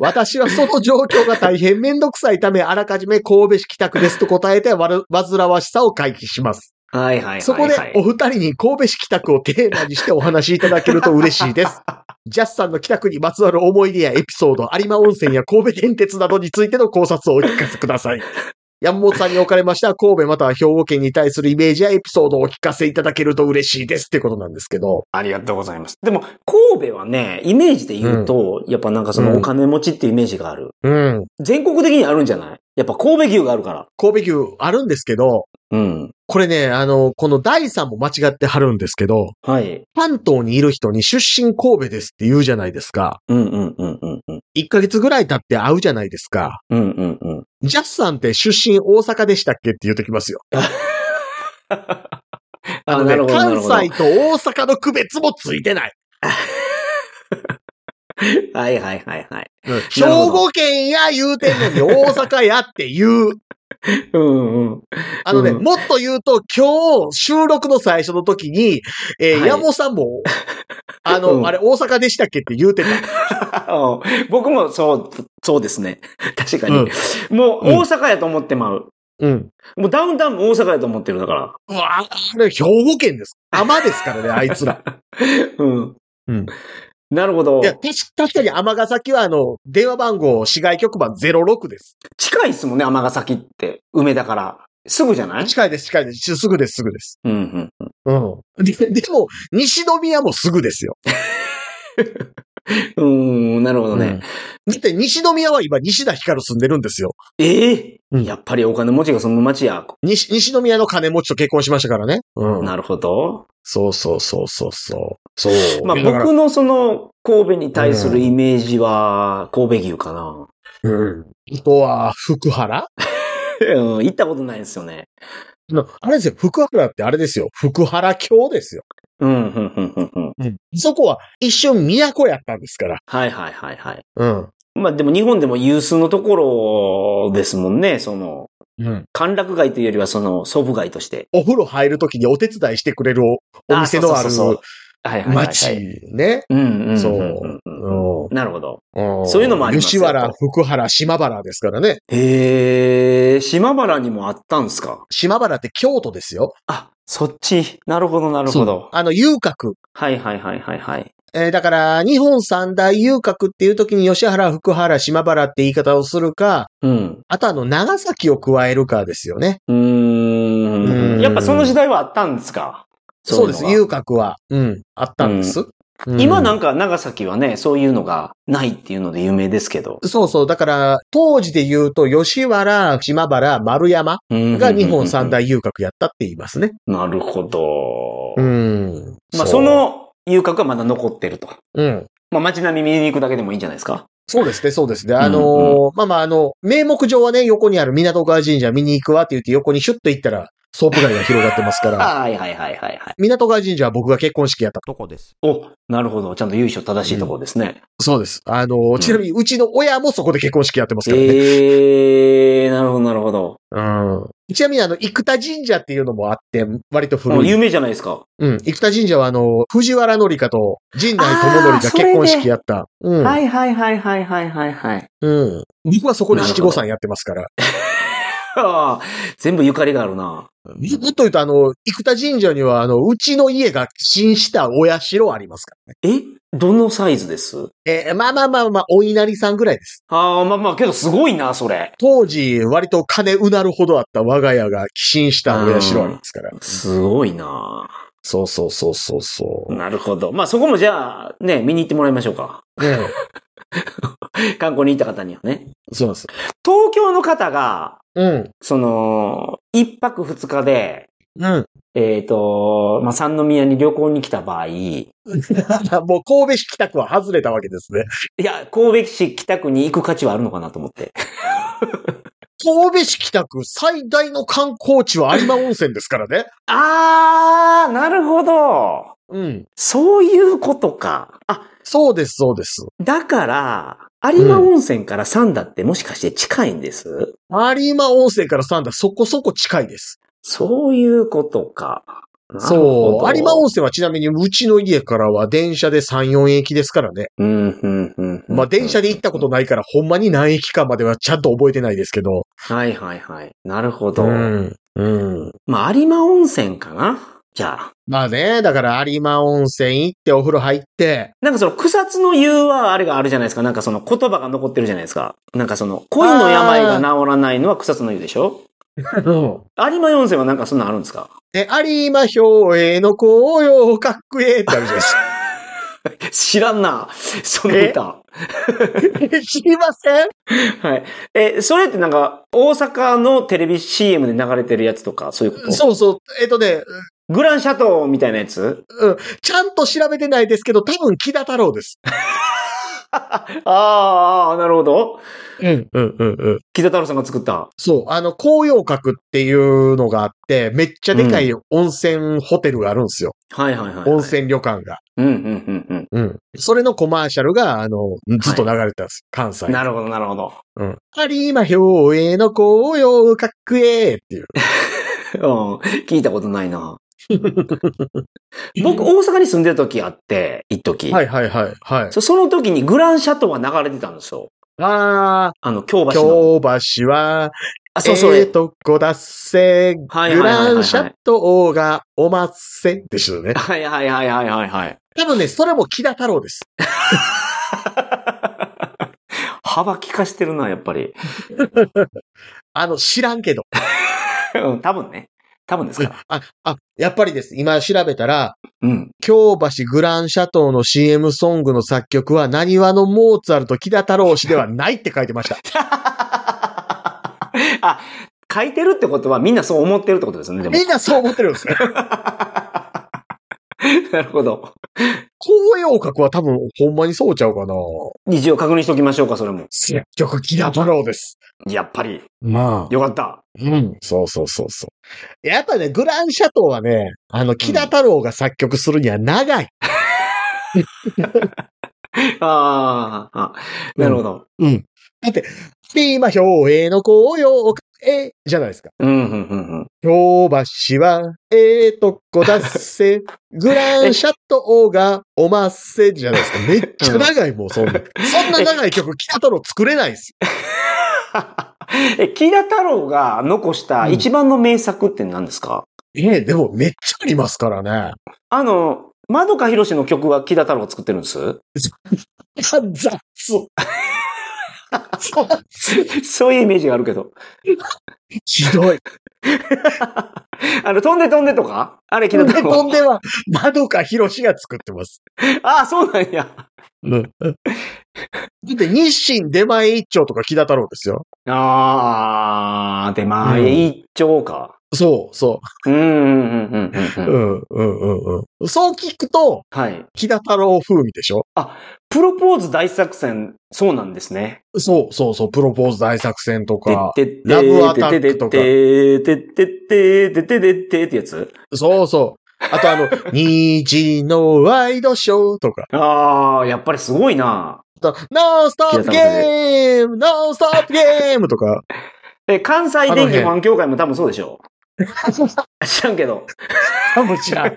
Speaker 1: 私はその状況が大変めんどくさいため、あらかじめ神戸市北区ですと答えてわる、煩わしさを回避します。
Speaker 2: はいはいはい、はい。
Speaker 1: そこでお二人に神戸市北区をテーマにしてお話しいただけると嬉しいです。 ジャスさんの北区にまつわる思い出やエピソード、有馬温泉や神戸電鉄などについての考察をお聞かせくださ い。山本さんにおかれましては、神戸または兵庫県に対するイメージやエピソードをお聞かせいただけると嬉しいですっていうことなんですけど。
Speaker 2: ありがとうございます。でも、神戸はね、イメージで言うと、やっぱなんかそのお金持ちっていうイメージがある。
Speaker 1: うん。
Speaker 2: 全国的にあるんじゃないやっぱ神戸牛があるから。
Speaker 1: 神戸牛あるんですけど、
Speaker 2: うん。
Speaker 1: これね、あの、この第3も間違ってはるんですけど、
Speaker 2: はい。
Speaker 1: 関東にいる人に出身神戸ですって言うじゃないですか。
Speaker 2: うんうんうんうんうん。
Speaker 1: 1ヶ月ぐらい経って会うじゃないですか。
Speaker 2: うんうんうん。
Speaker 1: ジャスさんって出身大阪でしたっけって言うときますよ。
Speaker 2: あ、
Speaker 1: ね
Speaker 2: なるほど。な
Speaker 1: 関
Speaker 2: るほど
Speaker 1: 西と大阪の区別もついてない。
Speaker 2: はいはいはいはい。
Speaker 1: うん兵
Speaker 2: なるほど
Speaker 1: 庫県や言うてんのに大阪やっていう。
Speaker 2: うんうん。
Speaker 1: あのね、
Speaker 2: うん
Speaker 1: もっと言うと今日収録の最初の時に、えー
Speaker 2: はい
Speaker 1: 山本さん も、あの、
Speaker 2: うん
Speaker 1: あれ大阪でしたっけって言うてた。
Speaker 2: 僕もそう、そうですね。 確かに。もう
Speaker 1: うん
Speaker 2: 大阪やと思ってまう。
Speaker 1: うん。
Speaker 2: もうダウンタウンも大阪やと思ってるだから。
Speaker 1: うわあれ兵庫県です。天ですからね、あいつら。
Speaker 2: うん。
Speaker 1: うん
Speaker 2: なるほど
Speaker 1: い。や、確確かに天崎はあの、電話番号、市外局番06です。
Speaker 2: 近いっすもんね、尼崎って。梅だから。すぐじゃない
Speaker 1: 近いです、近いです。すぐです、すぐです。
Speaker 2: うんうん。
Speaker 1: うん。で、でも、西宮もすぐですよ。
Speaker 2: うーん、なるほどね。
Speaker 1: うんだって西宮は今西田ひかる住んでるんですよ。
Speaker 2: ええ
Speaker 1: うん
Speaker 2: やっぱりお金持ちがその町や。
Speaker 1: 西、西宮の金持ちと結婚しましたからね。うん。
Speaker 2: なるほど。
Speaker 1: そうそうそうそうそう。そう。
Speaker 2: まあ
Speaker 1: いやだから
Speaker 2: 僕のその神戸に対するイメージは神戸牛かな。
Speaker 1: うん。あとは、福原
Speaker 2: うん、行ったことないんですよね。
Speaker 1: のあれですよ、福原ってあれですよ。福原京ですよ。
Speaker 2: うん、うん、うん、うんうん。
Speaker 1: うん。そこは一瞬都やったんですから。
Speaker 2: はいはいはいはい。
Speaker 1: うん。
Speaker 2: まあでも日本でも有数のところですもんね、その、
Speaker 1: うん。
Speaker 2: 歓楽街というよりはその祖父街として。
Speaker 1: お風呂入るときにお手伝いしてくれるおお店のある
Speaker 2: そうそうそうそうはいはいはい、はい。
Speaker 1: 町ね。
Speaker 2: うんうんうんうん。
Speaker 1: そう
Speaker 2: うんなるほど。
Speaker 1: うん
Speaker 2: そういうのもあります
Speaker 1: 吉原、福原、島原ですからね。
Speaker 2: へえ、島原にもあったんすか
Speaker 1: 島原って京都ですよ。
Speaker 2: あ、そっち。なるほど、なるほど。
Speaker 1: あの、遊郭。
Speaker 2: はいはいはいはいはい。
Speaker 1: えーだから、日本三大遊郭っていう時に吉原、福原、島原って言い方をするか、
Speaker 2: うん。
Speaker 1: あとあの、長崎を加えるかですよね。
Speaker 2: うー
Speaker 1: うん
Speaker 2: ん。やっぱその時代はあったんですか
Speaker 1: そうです。
Speaker 2: いのが
Speaker 1: 遊郭は、うん、あったんです。う
Speaker 2: 今なん
Speaker 1: か、
Speaker 2: か長崎はね、そういうのがないっていうので有名ですけど。
Speaker 1: そうそう。だから、当時で言うと、吉原、島原、丸山が
Speaker 2: が
Speaker 1: 日本三。大遊郭やったって言いますね。
Speaker 2: なるほど。
Speaker 1: うん。
Speaker 2: まあそ、の遊郭はまだ残ってると。
Speaker 1: うん。
Speaker 2: まあ街並み見に行くだけでもいいんじゃないですか。
Speaker 1: そうですね、そうですね。あの
Speaker 2: う
Speaker 1: ーまあまあ、あの、名目上はね、横にある港川神社見に行くわって言って横にシュッと行ったら、ソープ街が広がってますか ら、
Speaker 2: はいはいはいはいはい。
Speaker 1: 港川神社は僕が結婚式やったとこです。
Speaker 2: お、なるほど。ちゃんと由緒正しいところですね。
Speaker 1: そうです。あのー
Speaker 2: ん
Speaker 1: ちなみにうちの親もそこで結婚式やってますからね。
Speaker 2: えー、なるほどなるほど。
Speaker 1: うん。ちなみにあの、生田神社っていうのもあって、割と
Speaker 2: も
Speaker 1: 古
Speaker 2: う
Speaker 1: い。
Speaker 2: 有名じゃないですか。
Speaker 1: うん。生田神社はあの、藤原紀香と陣内智則が結婚式やった。うん、
Speaker 2: いはいはいはいはいはいはい。
Speaker 1: うん。僕はそこで
Speaker 2: なるほ
Speaker 1: 七
Speaker 2: ど
Speaker 1: 五三やってますから。
Speaker 2: ああ、 全部ゆかりがあるな。
Speaker 1: もっと言うと、あの、生田神社には、あの、うちの家が新したお社ありますからね。
Speaker 2: えどのサイズです
Speaker 1: えーまあまあまあまあ、お稲荷さんぐらいです。
Speaker 2: ああ、まあまあ、けどすごいな、それ。
Speaker 1: 当時、割と金うなるほどあった我が家が新したお社ありますから。
Speaker 2: すごいな。
Speaker 1: そうそうそうそうそう。ね
Speaker 2: なるほど。まあそこもじゃあ、ね、見に行ってもらいましょうか。
Speaker 1: え
Speaker 2: 観光に行った方にはね。
Speaker 1: そうなんです。
Speaker 2: 東京の方が、
Speaker 1: うん。
Speaker 2: その、一泊二日で、
Speaker 1: うん。
Speaker 2: えっ、と、まあ、三宮に旅行に来た場合、い
Speaker 1: もう神戸市北区は外れたわけですね。
Speaker 2: や、神戸市北区に行く価値はあるのかなと思 って。
Speaker 1: 神戸市北区最大の観光地は有馬温泉ですからね。
Speaker 2: あー、なるほど。
Speaker 1: うん。
Speaker 2: そういうことか。あ、
Speaker 1: そうです、そうです。
Speaker 2: だから、有馬温泉から三田ってもしかして近いんです、
Speaker 1: 有馬温泉から三田、そこそこ近いです。
Speaker 2: そういうことか。なるほ
Speaker 1: そう。
Speaker 2: ど
Speaker 1: 有馬温泉はちなみにうちの家からは電車で3、4駅ですからね。
Speaker 2: うん、うん、うん。うん
Speaker 1: まあ電車で行ったことないからほんまに何駅かまではちゃんと覚えてないですけど。
Speaker 2: はいはいはい。なるほ
Speaker 1: う
Speaker 2: ど。
Speaker 1: ん。うん。
Speaker 2: まあ、有馬温泉かなじゃあ。
Speaker 1: まあね、だから有馬温泉行ってお風呂入って、
Speaker 2: なんかその草津の湯はあれがあるじゃないですか。なんかその言葉が残ってるじゃないですか。なんかその恋の病が治らないのは草津の湯でし ょ有馬温泉はなんかそんなんあるんですか
Speaker 1: え、有馬兵衛の紅葉かっこええってあるじゃないですか。
Speaker 2: 知らんな。その歌。
Speaker 1: え 知りません
Speaker 2: はい。え、それってなんか大阪のテレビ CM で流れてるやつとか、そういうこと
Speaker 1: そうそう。えっとね、
Speaker 2: グランシャトーみたいなやつ
Speaker 1: ちゃんと調べてないですけど、多分木田太郎です。
Speaker 2: ああ、なるほど。
Speaker 1: うん、うん、うん、うん。
Speaker 2: 木田太郎さんが作った。
Speaker 1: そう、あの、紅葉閣っていうのがあって、めっちゃでかい温泉ホテルがあるんですよ。
Speaker 2: はいはいはい、はい。
Speaker 1: 温。泉旅館が。
Speaker 2: うんうんうん
Speaker 1: うん。それのコマーシャルが、あの、ずっと流れてたんです。関
Speaker 2: う
Speaker 1: 西
Speaker 2: ん。。なるほどなるほど。
Speaker 1: うん。有馬表への紅葉かっこええっていう。
Speaker 2: うん、聞いたことな いな。僕、大阪に住んでる時あって、一時、
Speaker 1: はいはいはい。はい。
Speaker 2: そ。その時にグランシャトーは流れてたんですよ。
Speaker 1: あ
Speaker 2: あの、京
Speaker 1: ー、
Speaker 2: 橋の。
Speaker 1: 京橋は、
Speaker 2: あ、そうそう。
Speaker 1: ええとこだっせ、グ
Speaker 2: はいはいはいはい
Speaker 1: ランシャットがお待っせでしたよね。
Speaker 2: はいはいはいはいは いはい。
Speaker 1: 多分ね、それも木田太郎です。
Speaker 2: 幅利かしてるな、やっぱり。
Speaker 1: あの、知らんけど。
Speaker 2: うん多分ね。多分ですから。
Speaker 1: あ、あ、やっぱりです。今調べたら、
Speaker 2: うん。
Speaker 1: 京橋グランシャトーの CM ソングの作曲は、何わのモーツァルト木田太郎氏ではないって書いてま した。
Speaker 2: あ、書いてるってことはみんなそう思ってるってことですよね、でも
Speaker 1: み。んなそう思ってるんですね。
Speaker 2: なるほど。
Speaker 1: 紅葉閣は多分、ほんまにそうちゃうかな。
Speaker 2: 一応確認しておきましょうか、それも。
Speaker 1: 結局木田太郎です。
Speaker 2: やっぱり。
Speaker 1: まあ。
Speaker 2: よかった。
Speaker 1: うん。そうそうそうそう。やっぱね、グランシャトーはね、あの、木田太郎が作曲するには長い。
Speaker 2: あーあ、なるほど。
Speaker 1: うん。だって、ピーマ表への紅葉かえ、じゃないですか。
Speaker 2: うん、うん、うん、うん。
Speaker 1: 京橋は、ええとこだっ せ、グランシャットがおまっせ、じゃないですか。めっちゃ長い、もうそんな。そんな長い曲、北太郎作れないです。
Speaker 2: え、木田太郎が残した一番の名作って何ですか、
Speaker 1: ええでもめっちゃありますからね。
Speaker 2: あの、まどかひろしの曲は木田太郎が作ってるんです
Speaker 1: 雑。雑。
Speaker 2: そういうイメージがあるけ ど。
Speaker 1: ひどい。
Speaker 2: あの、飛んで飛んでとかあれ木
Speaker 1: 飛
Speaker 2: 田
Speaker 1: んで
Speaker 2: 太
Speaker 1: 飛ん
Speaker 2: 郎。
Speaker 1: では、窓かひろしが作ってます。
Speaker 2: ああ、そうなんや。
Speaker 1: だって日清出前一丁とか木田太郎ですよ。
Speaker 2: ああ、で、まあ、
Speaker 1: うん
Speaker 2: 一丁か。
Speaker 1: そう、そ
Speaker 2: うん、うん、うん、うんう
Speaker 1: う。
Speaker 2: ん、うん。
Speaker 1: ん、うん、うん、うん。そう聞くと、
Speaker 2: はい。
Speaker 1: 木田太郎風味でしょ
Speaker 2: プロポーズ大作戦、そうなんですね。
Speaker 1: そうそうそう、プロポーズ大作戦とか。
Speaker 2: てってって
Speaker 1: ラブアタックとか
Speaker 2: てってってってってってってってってやつ
Speaker 1: そうそう。あとあ の、虹のワイドショーとか。
Speaker 2: ああ、やっぱりすごいな。
Speaker 1: あとノンストップゲームノンストップゲームとか。
Speaker 2: え、関西電気ファン協会も多分そうでしょ知らんけど。
Speaker 1: かもしらん。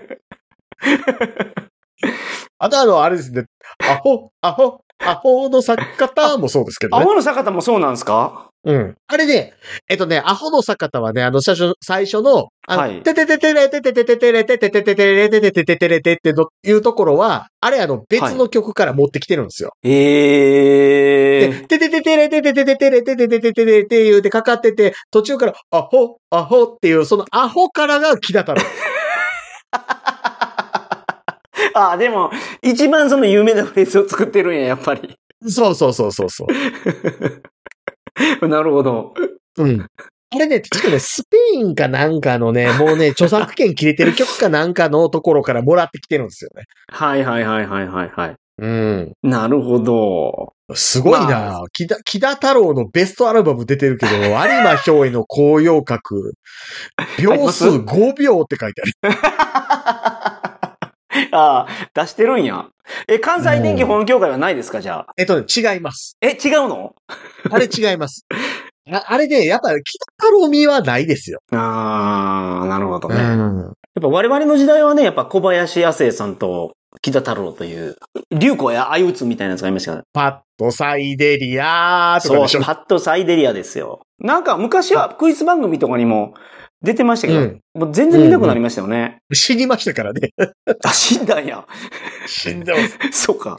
Speaker 1: あとあの、あれですね。アホ、アホ、アホの作家ターもそうですけど
Speaker 2: ア
Speaker 1: ね。
Speaker 2: ホの坂田もそうなんですか
Speaker 1: うん。あれね、えっとね、アホの作家はね、あの、最初、最初の、あの、ててててれてててててれてててててれてててててれてってのいうところは、あれあの、別の曲から持ってきてるんですよ。
Speaker 2: ええ
Speaker 1: で、ててててれてててててれてててててれて言うてかかってて、途中から、アホ、アホっていう、そのアホからが木だったの。
Speaker 2: ああ、でも、一番その有名なフレーズを作ってるんや、やっぱり。
Speaker 1: そうそうそうそうそ
Speaker 2: なるほど。
Speaker 1: う。うん。あれね、ちょっとね、スペインかなんかのね、もうね、著作権切れてる曲かなんかのところからもらってきてるんですよね。
Speaker 2: はいはいはいはいはいはい。
Speaker 1: うん。
Speaker 2: なるほど。
Speaker 1: すごい
Speaker 2: ま
Speaker 1: な木田、木田太郎のベストアルバム出てるけ ど、有馬憑依の高揚閣、秒数
Speaker 2: 入り
Speaker 1: 5秒って書いてある。
Speaker 2: ああ、出してるんや。え、関西電気保安協会はないですか、じゃあ。
Speaker 1: えっとね、違います。
Speaker 2: え、違うの
Speaker 1: あれ違い ます。ああれね、やっぱ、北太郎味はないですよ。
Speaker 2: ああ、なるほどね。やっ
Speaker 1: ん。
Speaker 2: ぱ我々の時代はね、やっぱ小林亜生さんと木田太郎という、流行や相打つみたいなやつがいましたから。
Speaker 1: パッとサイデリアーとか
Speaker 2: そ
Speaker 1: でしょ
Speaker 2: う、。パッとサイデリアですよ。なんか昔はクイズ番組とかにも出てましたけど、
Speaker 1: うん
Speaker 2: もう全然見なくなりましたよね。
Speaker 1: 死にましたからね。
Speaker 2: あ、死んだんや。
Speaker 1: 死んでます。
Speaker 2: そうか。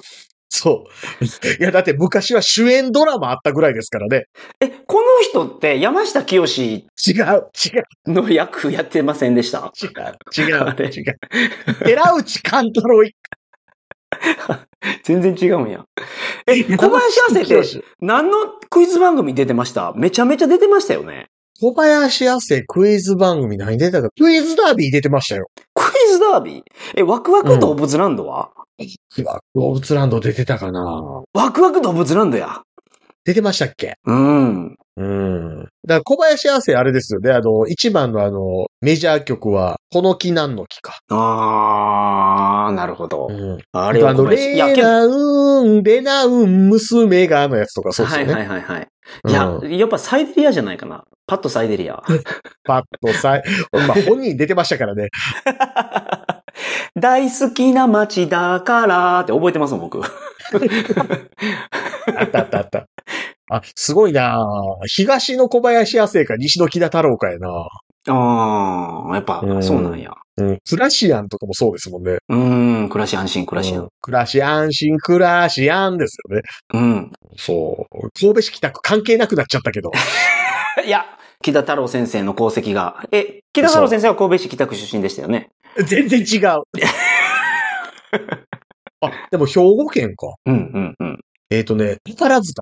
Speaker 1: そう。いや、だって昔は主演ドラマあったぐらいですからね。
Speaker 2: え、この人って山下清
Speaker 1: 違う、違う、
Speaker 2: の役やってませんでした
Speaker 1: 違う、違
Speaker 2: あ
Speaker 1: う、
Speaker 2: れ
Speaker 1: 違う。寺内勘太郎一
Speaker 2: 全然違うんや。え、
Speaker 1: 家
Speaker 2: 小林亜生って
Speaker 1: て。
Speaker 2: 何のクイズ番組出てましためちゃめちゃ出てましたよね。
Speaker 1: 小林亜生クイズ番組何出てたかクイズダービー出てましたよ。
Speaker 2: クイズダービーえ、ワクワク動物ランドは、
Speaker 1: 動物ランド出てたかな
Speaker 2: ワクワク動物ランドや。
Speaker 1: 出てましたっけ
Speaker 2: うん。
Speaker 1: うん。だから小林亜生あれですよね。あの、一番のあの、メジャー曲は、この木なんの木か。
Speaker 2: あー、なるほど。
Speaker 1: うん。
Speaker 2: あ
Speaker 1: あ
Speaker 2: れは
Speaker 1: の、
Speaker 2: 小林い
Speaker 1: レ
Speaker 2: や、
Speaker 1: ー
Speaker 2: けど、
Speaker 1: ナウン、レナウン、娘がのやつとかそうです
Speaker 2: は
Speaker 1: よ
Speaker 2: い
Speaker 1: ね。
Speaker 2: はいはいはい。いや、
Speaker 1: うん
Speaker 2: やっぱサイデリアじゃないかな。パッとサイデリア。
Speaker 1: パッとさい、まあ本人出てましたからね。
Speaker 2: 大好きな街だからって覚えてますもん、僕。
Speaker 1: あったあったあった。あ、すごいなぁ東の小林亜生か西の木田太郎かやな
Speaker 2: あー、やっぱ
Speaker 1: う、ん
Speaker 2: そうなんや。
Speaker 1: うん。クラシアンとかもそうですもんね。
Speaker 2: うーん、暮らし安心、暮らし安
Speaker 1: うんクラシアン、新クラシアンですよね。
Speaker 2: うん。
Speaker 1: そう。神戸市北区関係なくなっちゃった けど。
Speaker 2: いや、木田太郎先生の功績が。え、木田太郎先生は神戸市北区出身でしたよね。
Speaker 1: 全然違う。あ、でも兵庫県か。
Speaker 2: うん、うん、
Speaker 1: えっ、とね、宝塚。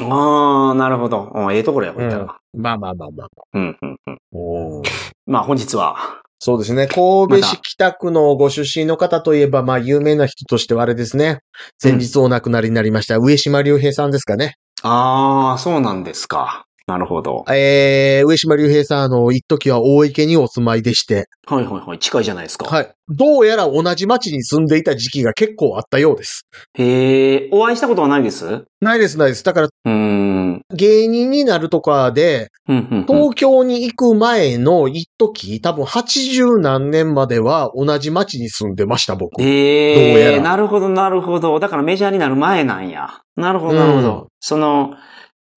Speaker 2: うん。あー、なるほど。うんええところや、こういったら。
Speaker 1: まあまあまあまあ。
Speaker 2: うん、うん、うん。
Speaker 1: おー
Speaker 2: まあ、本日は。
Speaker 1: そうですね。神戸
Speaker 2: ま
Speaker 1: 市
Speaker 2: た
Speaker 1: 北区のご出身の方といえば、まあ、有名な人としてはあれですね。先日お亡くなりになりました、上島竜兵さんですかね。
Speaker 2: あー、そうなんですか。なるほど。
Speaker 1: えー、上島竜兵さん、あの、一時は大池にお住まいでして、
Speaker 2: はいはいはい。近いじゃないですか。
Speaker 1: はい。どうやら同じ町に住んでいた時期が結構あったようです。
Speaker 2: へえ、お会いしたことはないですう
Speaker 1: ないです、ないです。だから、
Speaker 2: ーん。
Speaker 1: 芸人になるとかで、
Speaker 2: うんうんうん
Speaker 1: 東京に行く前の一時、多分80何年までは同じ町に住んでました、僕。どう
Speaker 2: え
Speaker 1: や
Speaker 2: え、
Speaker 1: ら
Speaker 2: なるほど、なるほど。だからメジャーになる前なんや。なるほど、なるほど。
Speaker 1: うん
Speaker 2: その、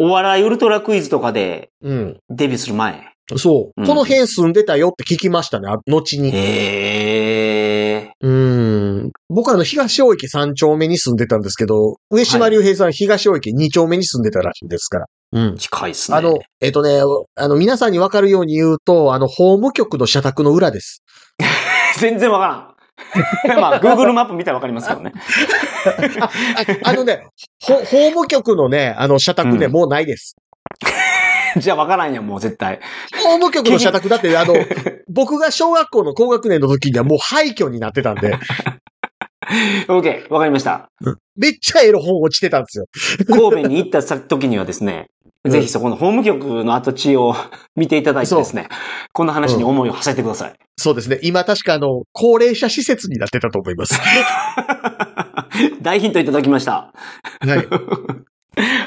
Speaker 2: お笑いウルトラクイズとかで
Speaker 1: うん。
Speaker 2: デビューする前。
Speaker 1: そう。
Speaker 2: うん
Speaker 1: この辺住んでたよって聞きましたね、あ後に。
Speaker 2: へえ。
Speaker 1: うん。僕はあの、東大池3丁目に住んでたんですけど、上島竜兵さん、東大池2丁目に住んでたらしいですから。うん。
Speaker 2: 近いっすね。
Speaker 1: あの、えっとね、あの、皆さんにわかるように言うと、あの、法務局の社宅の裏です。
Speaker 2: 全然わからん。ま あ、Google マップ見たらわかります けどね。
Speaker 1: あ あのね、ほ法務局のね、あの、社宅ね、
Speaker 2: うん
Speaker 1: もうないです。
Speaker 2: じゃあわからんやん、もう絶対。
Speaker 1: 法務局の社宅だって、 あの、僕が小学校の高学年の時にはもう廃墟になってたんで、
Speaker 2: OK、わかりました。
Speaker 1: めっちゃエロ本落ちてたんですよ。
Speaker 2: 神戸に行った時にはですね、
Speaker 1: うん
Speaker 2: ぜひそこの法務局の跡地を見ていただいてですね、この話に思いを馳せてください。
Speaker 1: そうですね。今確かあの、高齢者施設になってたと思い ます。
Speaker 2: 大ヒントいただきました。
Speaker 1: はい。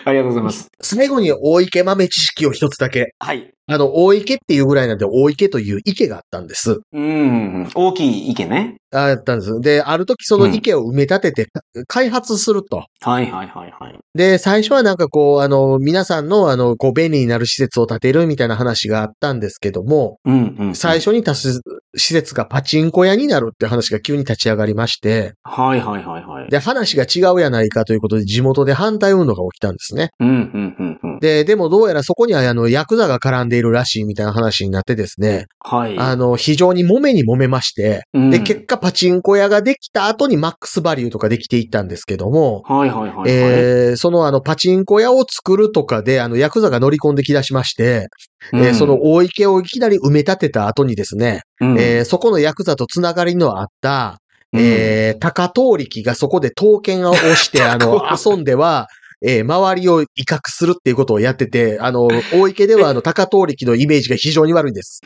Speaker 2: ありがとうございます。
Speaker 1: 最後に大池豆知識を一つだけ。
Speaker 2: はい。
Speaker 1: あの、大池っていうぐらいなんで、大池という池があったんです。
Speaker 2: うん。大きい池ね。
Speaker 1: ああったんです。で、ある時その池を埋め立てて、開発すると。
Speaker 2: はいはいはいはい。
Speaker 1: で、最初はなんかこう、あの、皆さんの、あの、こう、便利になる施設を建てるみたいな話があったんですけども、
Speaker 2: うんうん。
Speaker 1: 最。初に建つ施設がパチンコ屋になるって話が急に立ち上がりまして、
Speaker 2: はいはいはいはい。
Speaker 1: で、話が違うやないかということで地元で反対運動が起きたんですね。
Speaker 2: うんうんうんうん。
Speaker 1: で、でもどうやらそこにはあの、ヤクザが絡んでいるらしいみたいな話になってですね、
Speaker 2: はい。
Speaker 1: あの、非常に揉めに揉めまして、
Speaker 2: うん
Speaker 1: で、結果パチンコ屋ができた後にマックスバリューとかできていったんですけども、
Speaker 2: はいはいはいはい。
Speaker 1: えーそのあの、パチンコ屋を作るとかで、あの、ヤクザが乗り込んできだしまして、えーその大池をいきなり埋め立てた後にですね、
Speaker 2: うん、
Speaker 1: えーそこのヤクザとつながりのあった、
Speaker 2: うん
Speaker 1: えー、高遠力がそこで刀剣を押 して、あの、遊んでは、えー周りを威嚇するっていうことをやってて、あの、大池ではあの、高遠力のイメージが非常に悪いんです。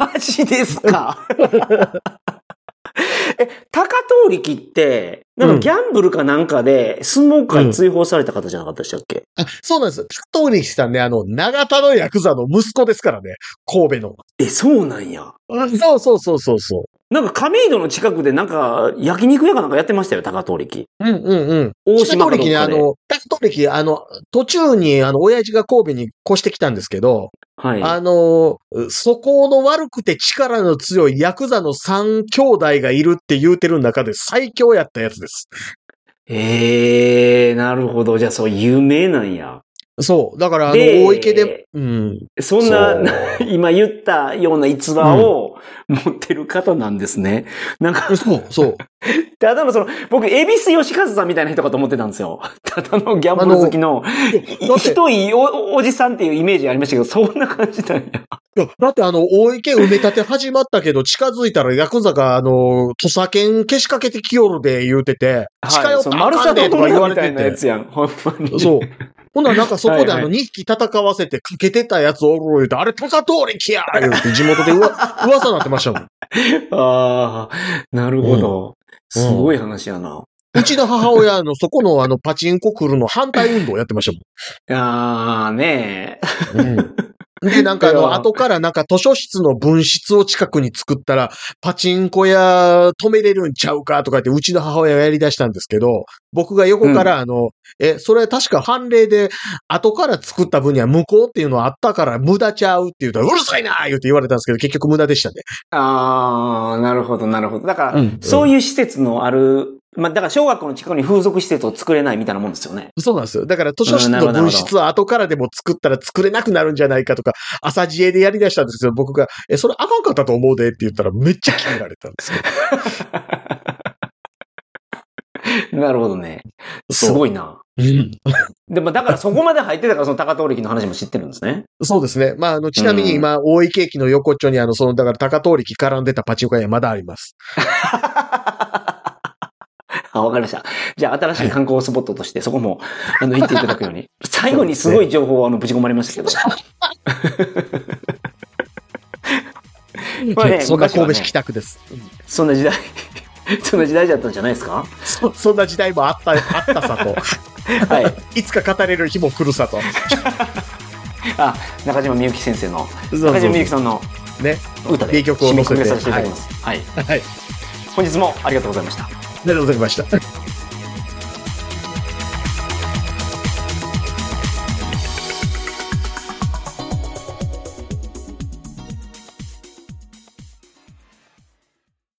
Speaker 2: マジですかえ、高遠力って、なん
Speaker 1: う
Speaker 2: か
Speaker 1: ん
Speaker 2: ギャンブルかなんかで、相撲界追放された方じゃなかったでしたっけ、
Speaker 1: あ そうなんです。高遠力さんね、あの、長田のヤクザの息子ですからね、神戸の。
Speaker 2: え、そうなんや。
Speaker 1: あそうそうそうそうそう。
Speaker 2: なんか亀戸の近くでなんか焼肉屋かなんかやってましたよ、高遠力。
Speaker 1: うんうんうん。
Speaker 2: 大
Speaker 1: 高
Speaker 2: 島
Speaker 1: 遠
Speaker 2: かどっか
Speaker 1: 力
Speaker 2: で。
Speaker 1: ね、あの、高遠力、あの、途中に、あの、親父が神戸に越してきたんですけど、
Speaker 2: はい。
Speaker 1: あのー、素行の悪くて力の強いヤクザの三兄弟がいるって言うてる中で最強やったやつです。
Speaker 2: ええー、なるほど。じゃあ、そう、有名なんや。
Speaker 1: そう。だから、あの、
Speaker 2: で
Speaker 1: 大池で、うん。
Speaker 2: そんな、
Speaker 1: そう
Speaker 2: な 今言ったような逸話を持ってる方なんですね。なん か、
Speaker 1: そう、そう。
Speaker 2: ただのその、僕、恵比寿義和さんみたいな人かと思ってたんですよ。 ただのギャンブル好きの、
Speaker 1: だって、
Speaker 2: 一いおおじさんっていうイメージありましたけど、そんな感じだよ。
Speaker 1: いやだってあの、大池埋め立て始まったけど、近づいたらヤクザが、あのー、土佐犬消しかけてきよるで言うてて、近寄ったらあかんでとか言われ
Speaker 2: た
Speaker 1: て
Speaker 2: いなやつ
Speaker 1: て。
Speaker 2: やん。ほんま に。
Speaker 1: そう。ほんならなんかそこであ
Speaker 2: はい
Speaker 1: の、
Speaker 2: は
Speaker 1: 2匹戦わせてかけてたやつおる言うて、あれ、高通力や言うて地元で うわ噂になってましたもん。
Speaker 2: ああ、なるほど。
Speaker 1: うん
Speaker 2: すごい話やな。
Speaker 1: うちの母親のそこのあのパチンコ来るの反対運動やってまし
Speaker 2: ああ、ねえ。
Speaker 1: たもん。で、なんかあ
Speaker 2: い
Speaker 1: の、
Speaker 2: や
Speaker 1: 後からなんか図書室の分室を近くに作ったら、パチンコ屋止めれるんちゃうかとか言って、うちの母親がやり出したんですけど、僕が横からあの、え、それ確か判例で、後から作った分には無効っていうのはあったから無駄ちゃうって言うたら、うるさいな言うて言われたんですけど、結局無駄でしたね。
Speaker 2: ああ、なるほど、なるほど。だから、
Speaker 1: うん
Speaker 2: そういう施設のある、まあ、だから小学校の近くに風俗施設を作れないみたいなもんですよね。
Speaker 1: そうなんですよ。だから図書室
Speaker 2: うんなる
Speaker 1: の
Speaker 2: ほどなる
Speaker 1: 分
Speaker 2: ほど
Speaker 1: 室は後からでも作ったら作れなくなるんじゃないかとか、朝知恵でやり出したんですけど、僕が、え、それあかんかったと思うでって言ったらめっちゃ決められたん ですけど。
Speaker 2: なるほどね。
Speaker 1: そう
Speaker 2: すごいな。
Speaker 1: うん
Speaker 2: でも、だからそこまで入ってたから、その高遠力の話も知ってるんですね。
Speaker 1: そうですね。まあ、あの、ちなみに
Speaker 2: うん
Speaker 1: 今、大池駅の横っちょに、あの、その、だから高通力絡んでたパチンコ屋まだあります。
Speaker 2: あ、わかりました。じゃあ、新しい観光スポットとして、そこも、あの、行っていただく ように。最後にすごい情報を、あの、ぶち込まれましたけど。まあね
Speaker 1: そんな
Speaker 2: 昔
Speaker 1: 神
Speaker 2: はね
Speaker 1: 戸市北区です。
Speaker 2: そんな時代、 そんな時代だったんじゃないです か
Speaker 1: そそんな時代もあった、あったさ と。
Speaker 2: はい。
Speaker 1: いつか語れる日も来るさと。
Speaker 2: あ、中島みゆき先生の、
Speaker 1: うそう
Speaker 2: 中島みゆきさんの
Speaker 1: ね。
Speaker 2: 歌で
Speaker 1: 名曲を
Speaker 2: 締
Speaker 1: 乗
Speaker 2: め
Speaker 1: せ
Speaker 2: く
Speaker 1: て
Speaker 2: めさせていただきます。はい。
Speaker 1: はい。あり
Speaker 2: 本日もありがとうございました。
Speaker 1: がとうございました。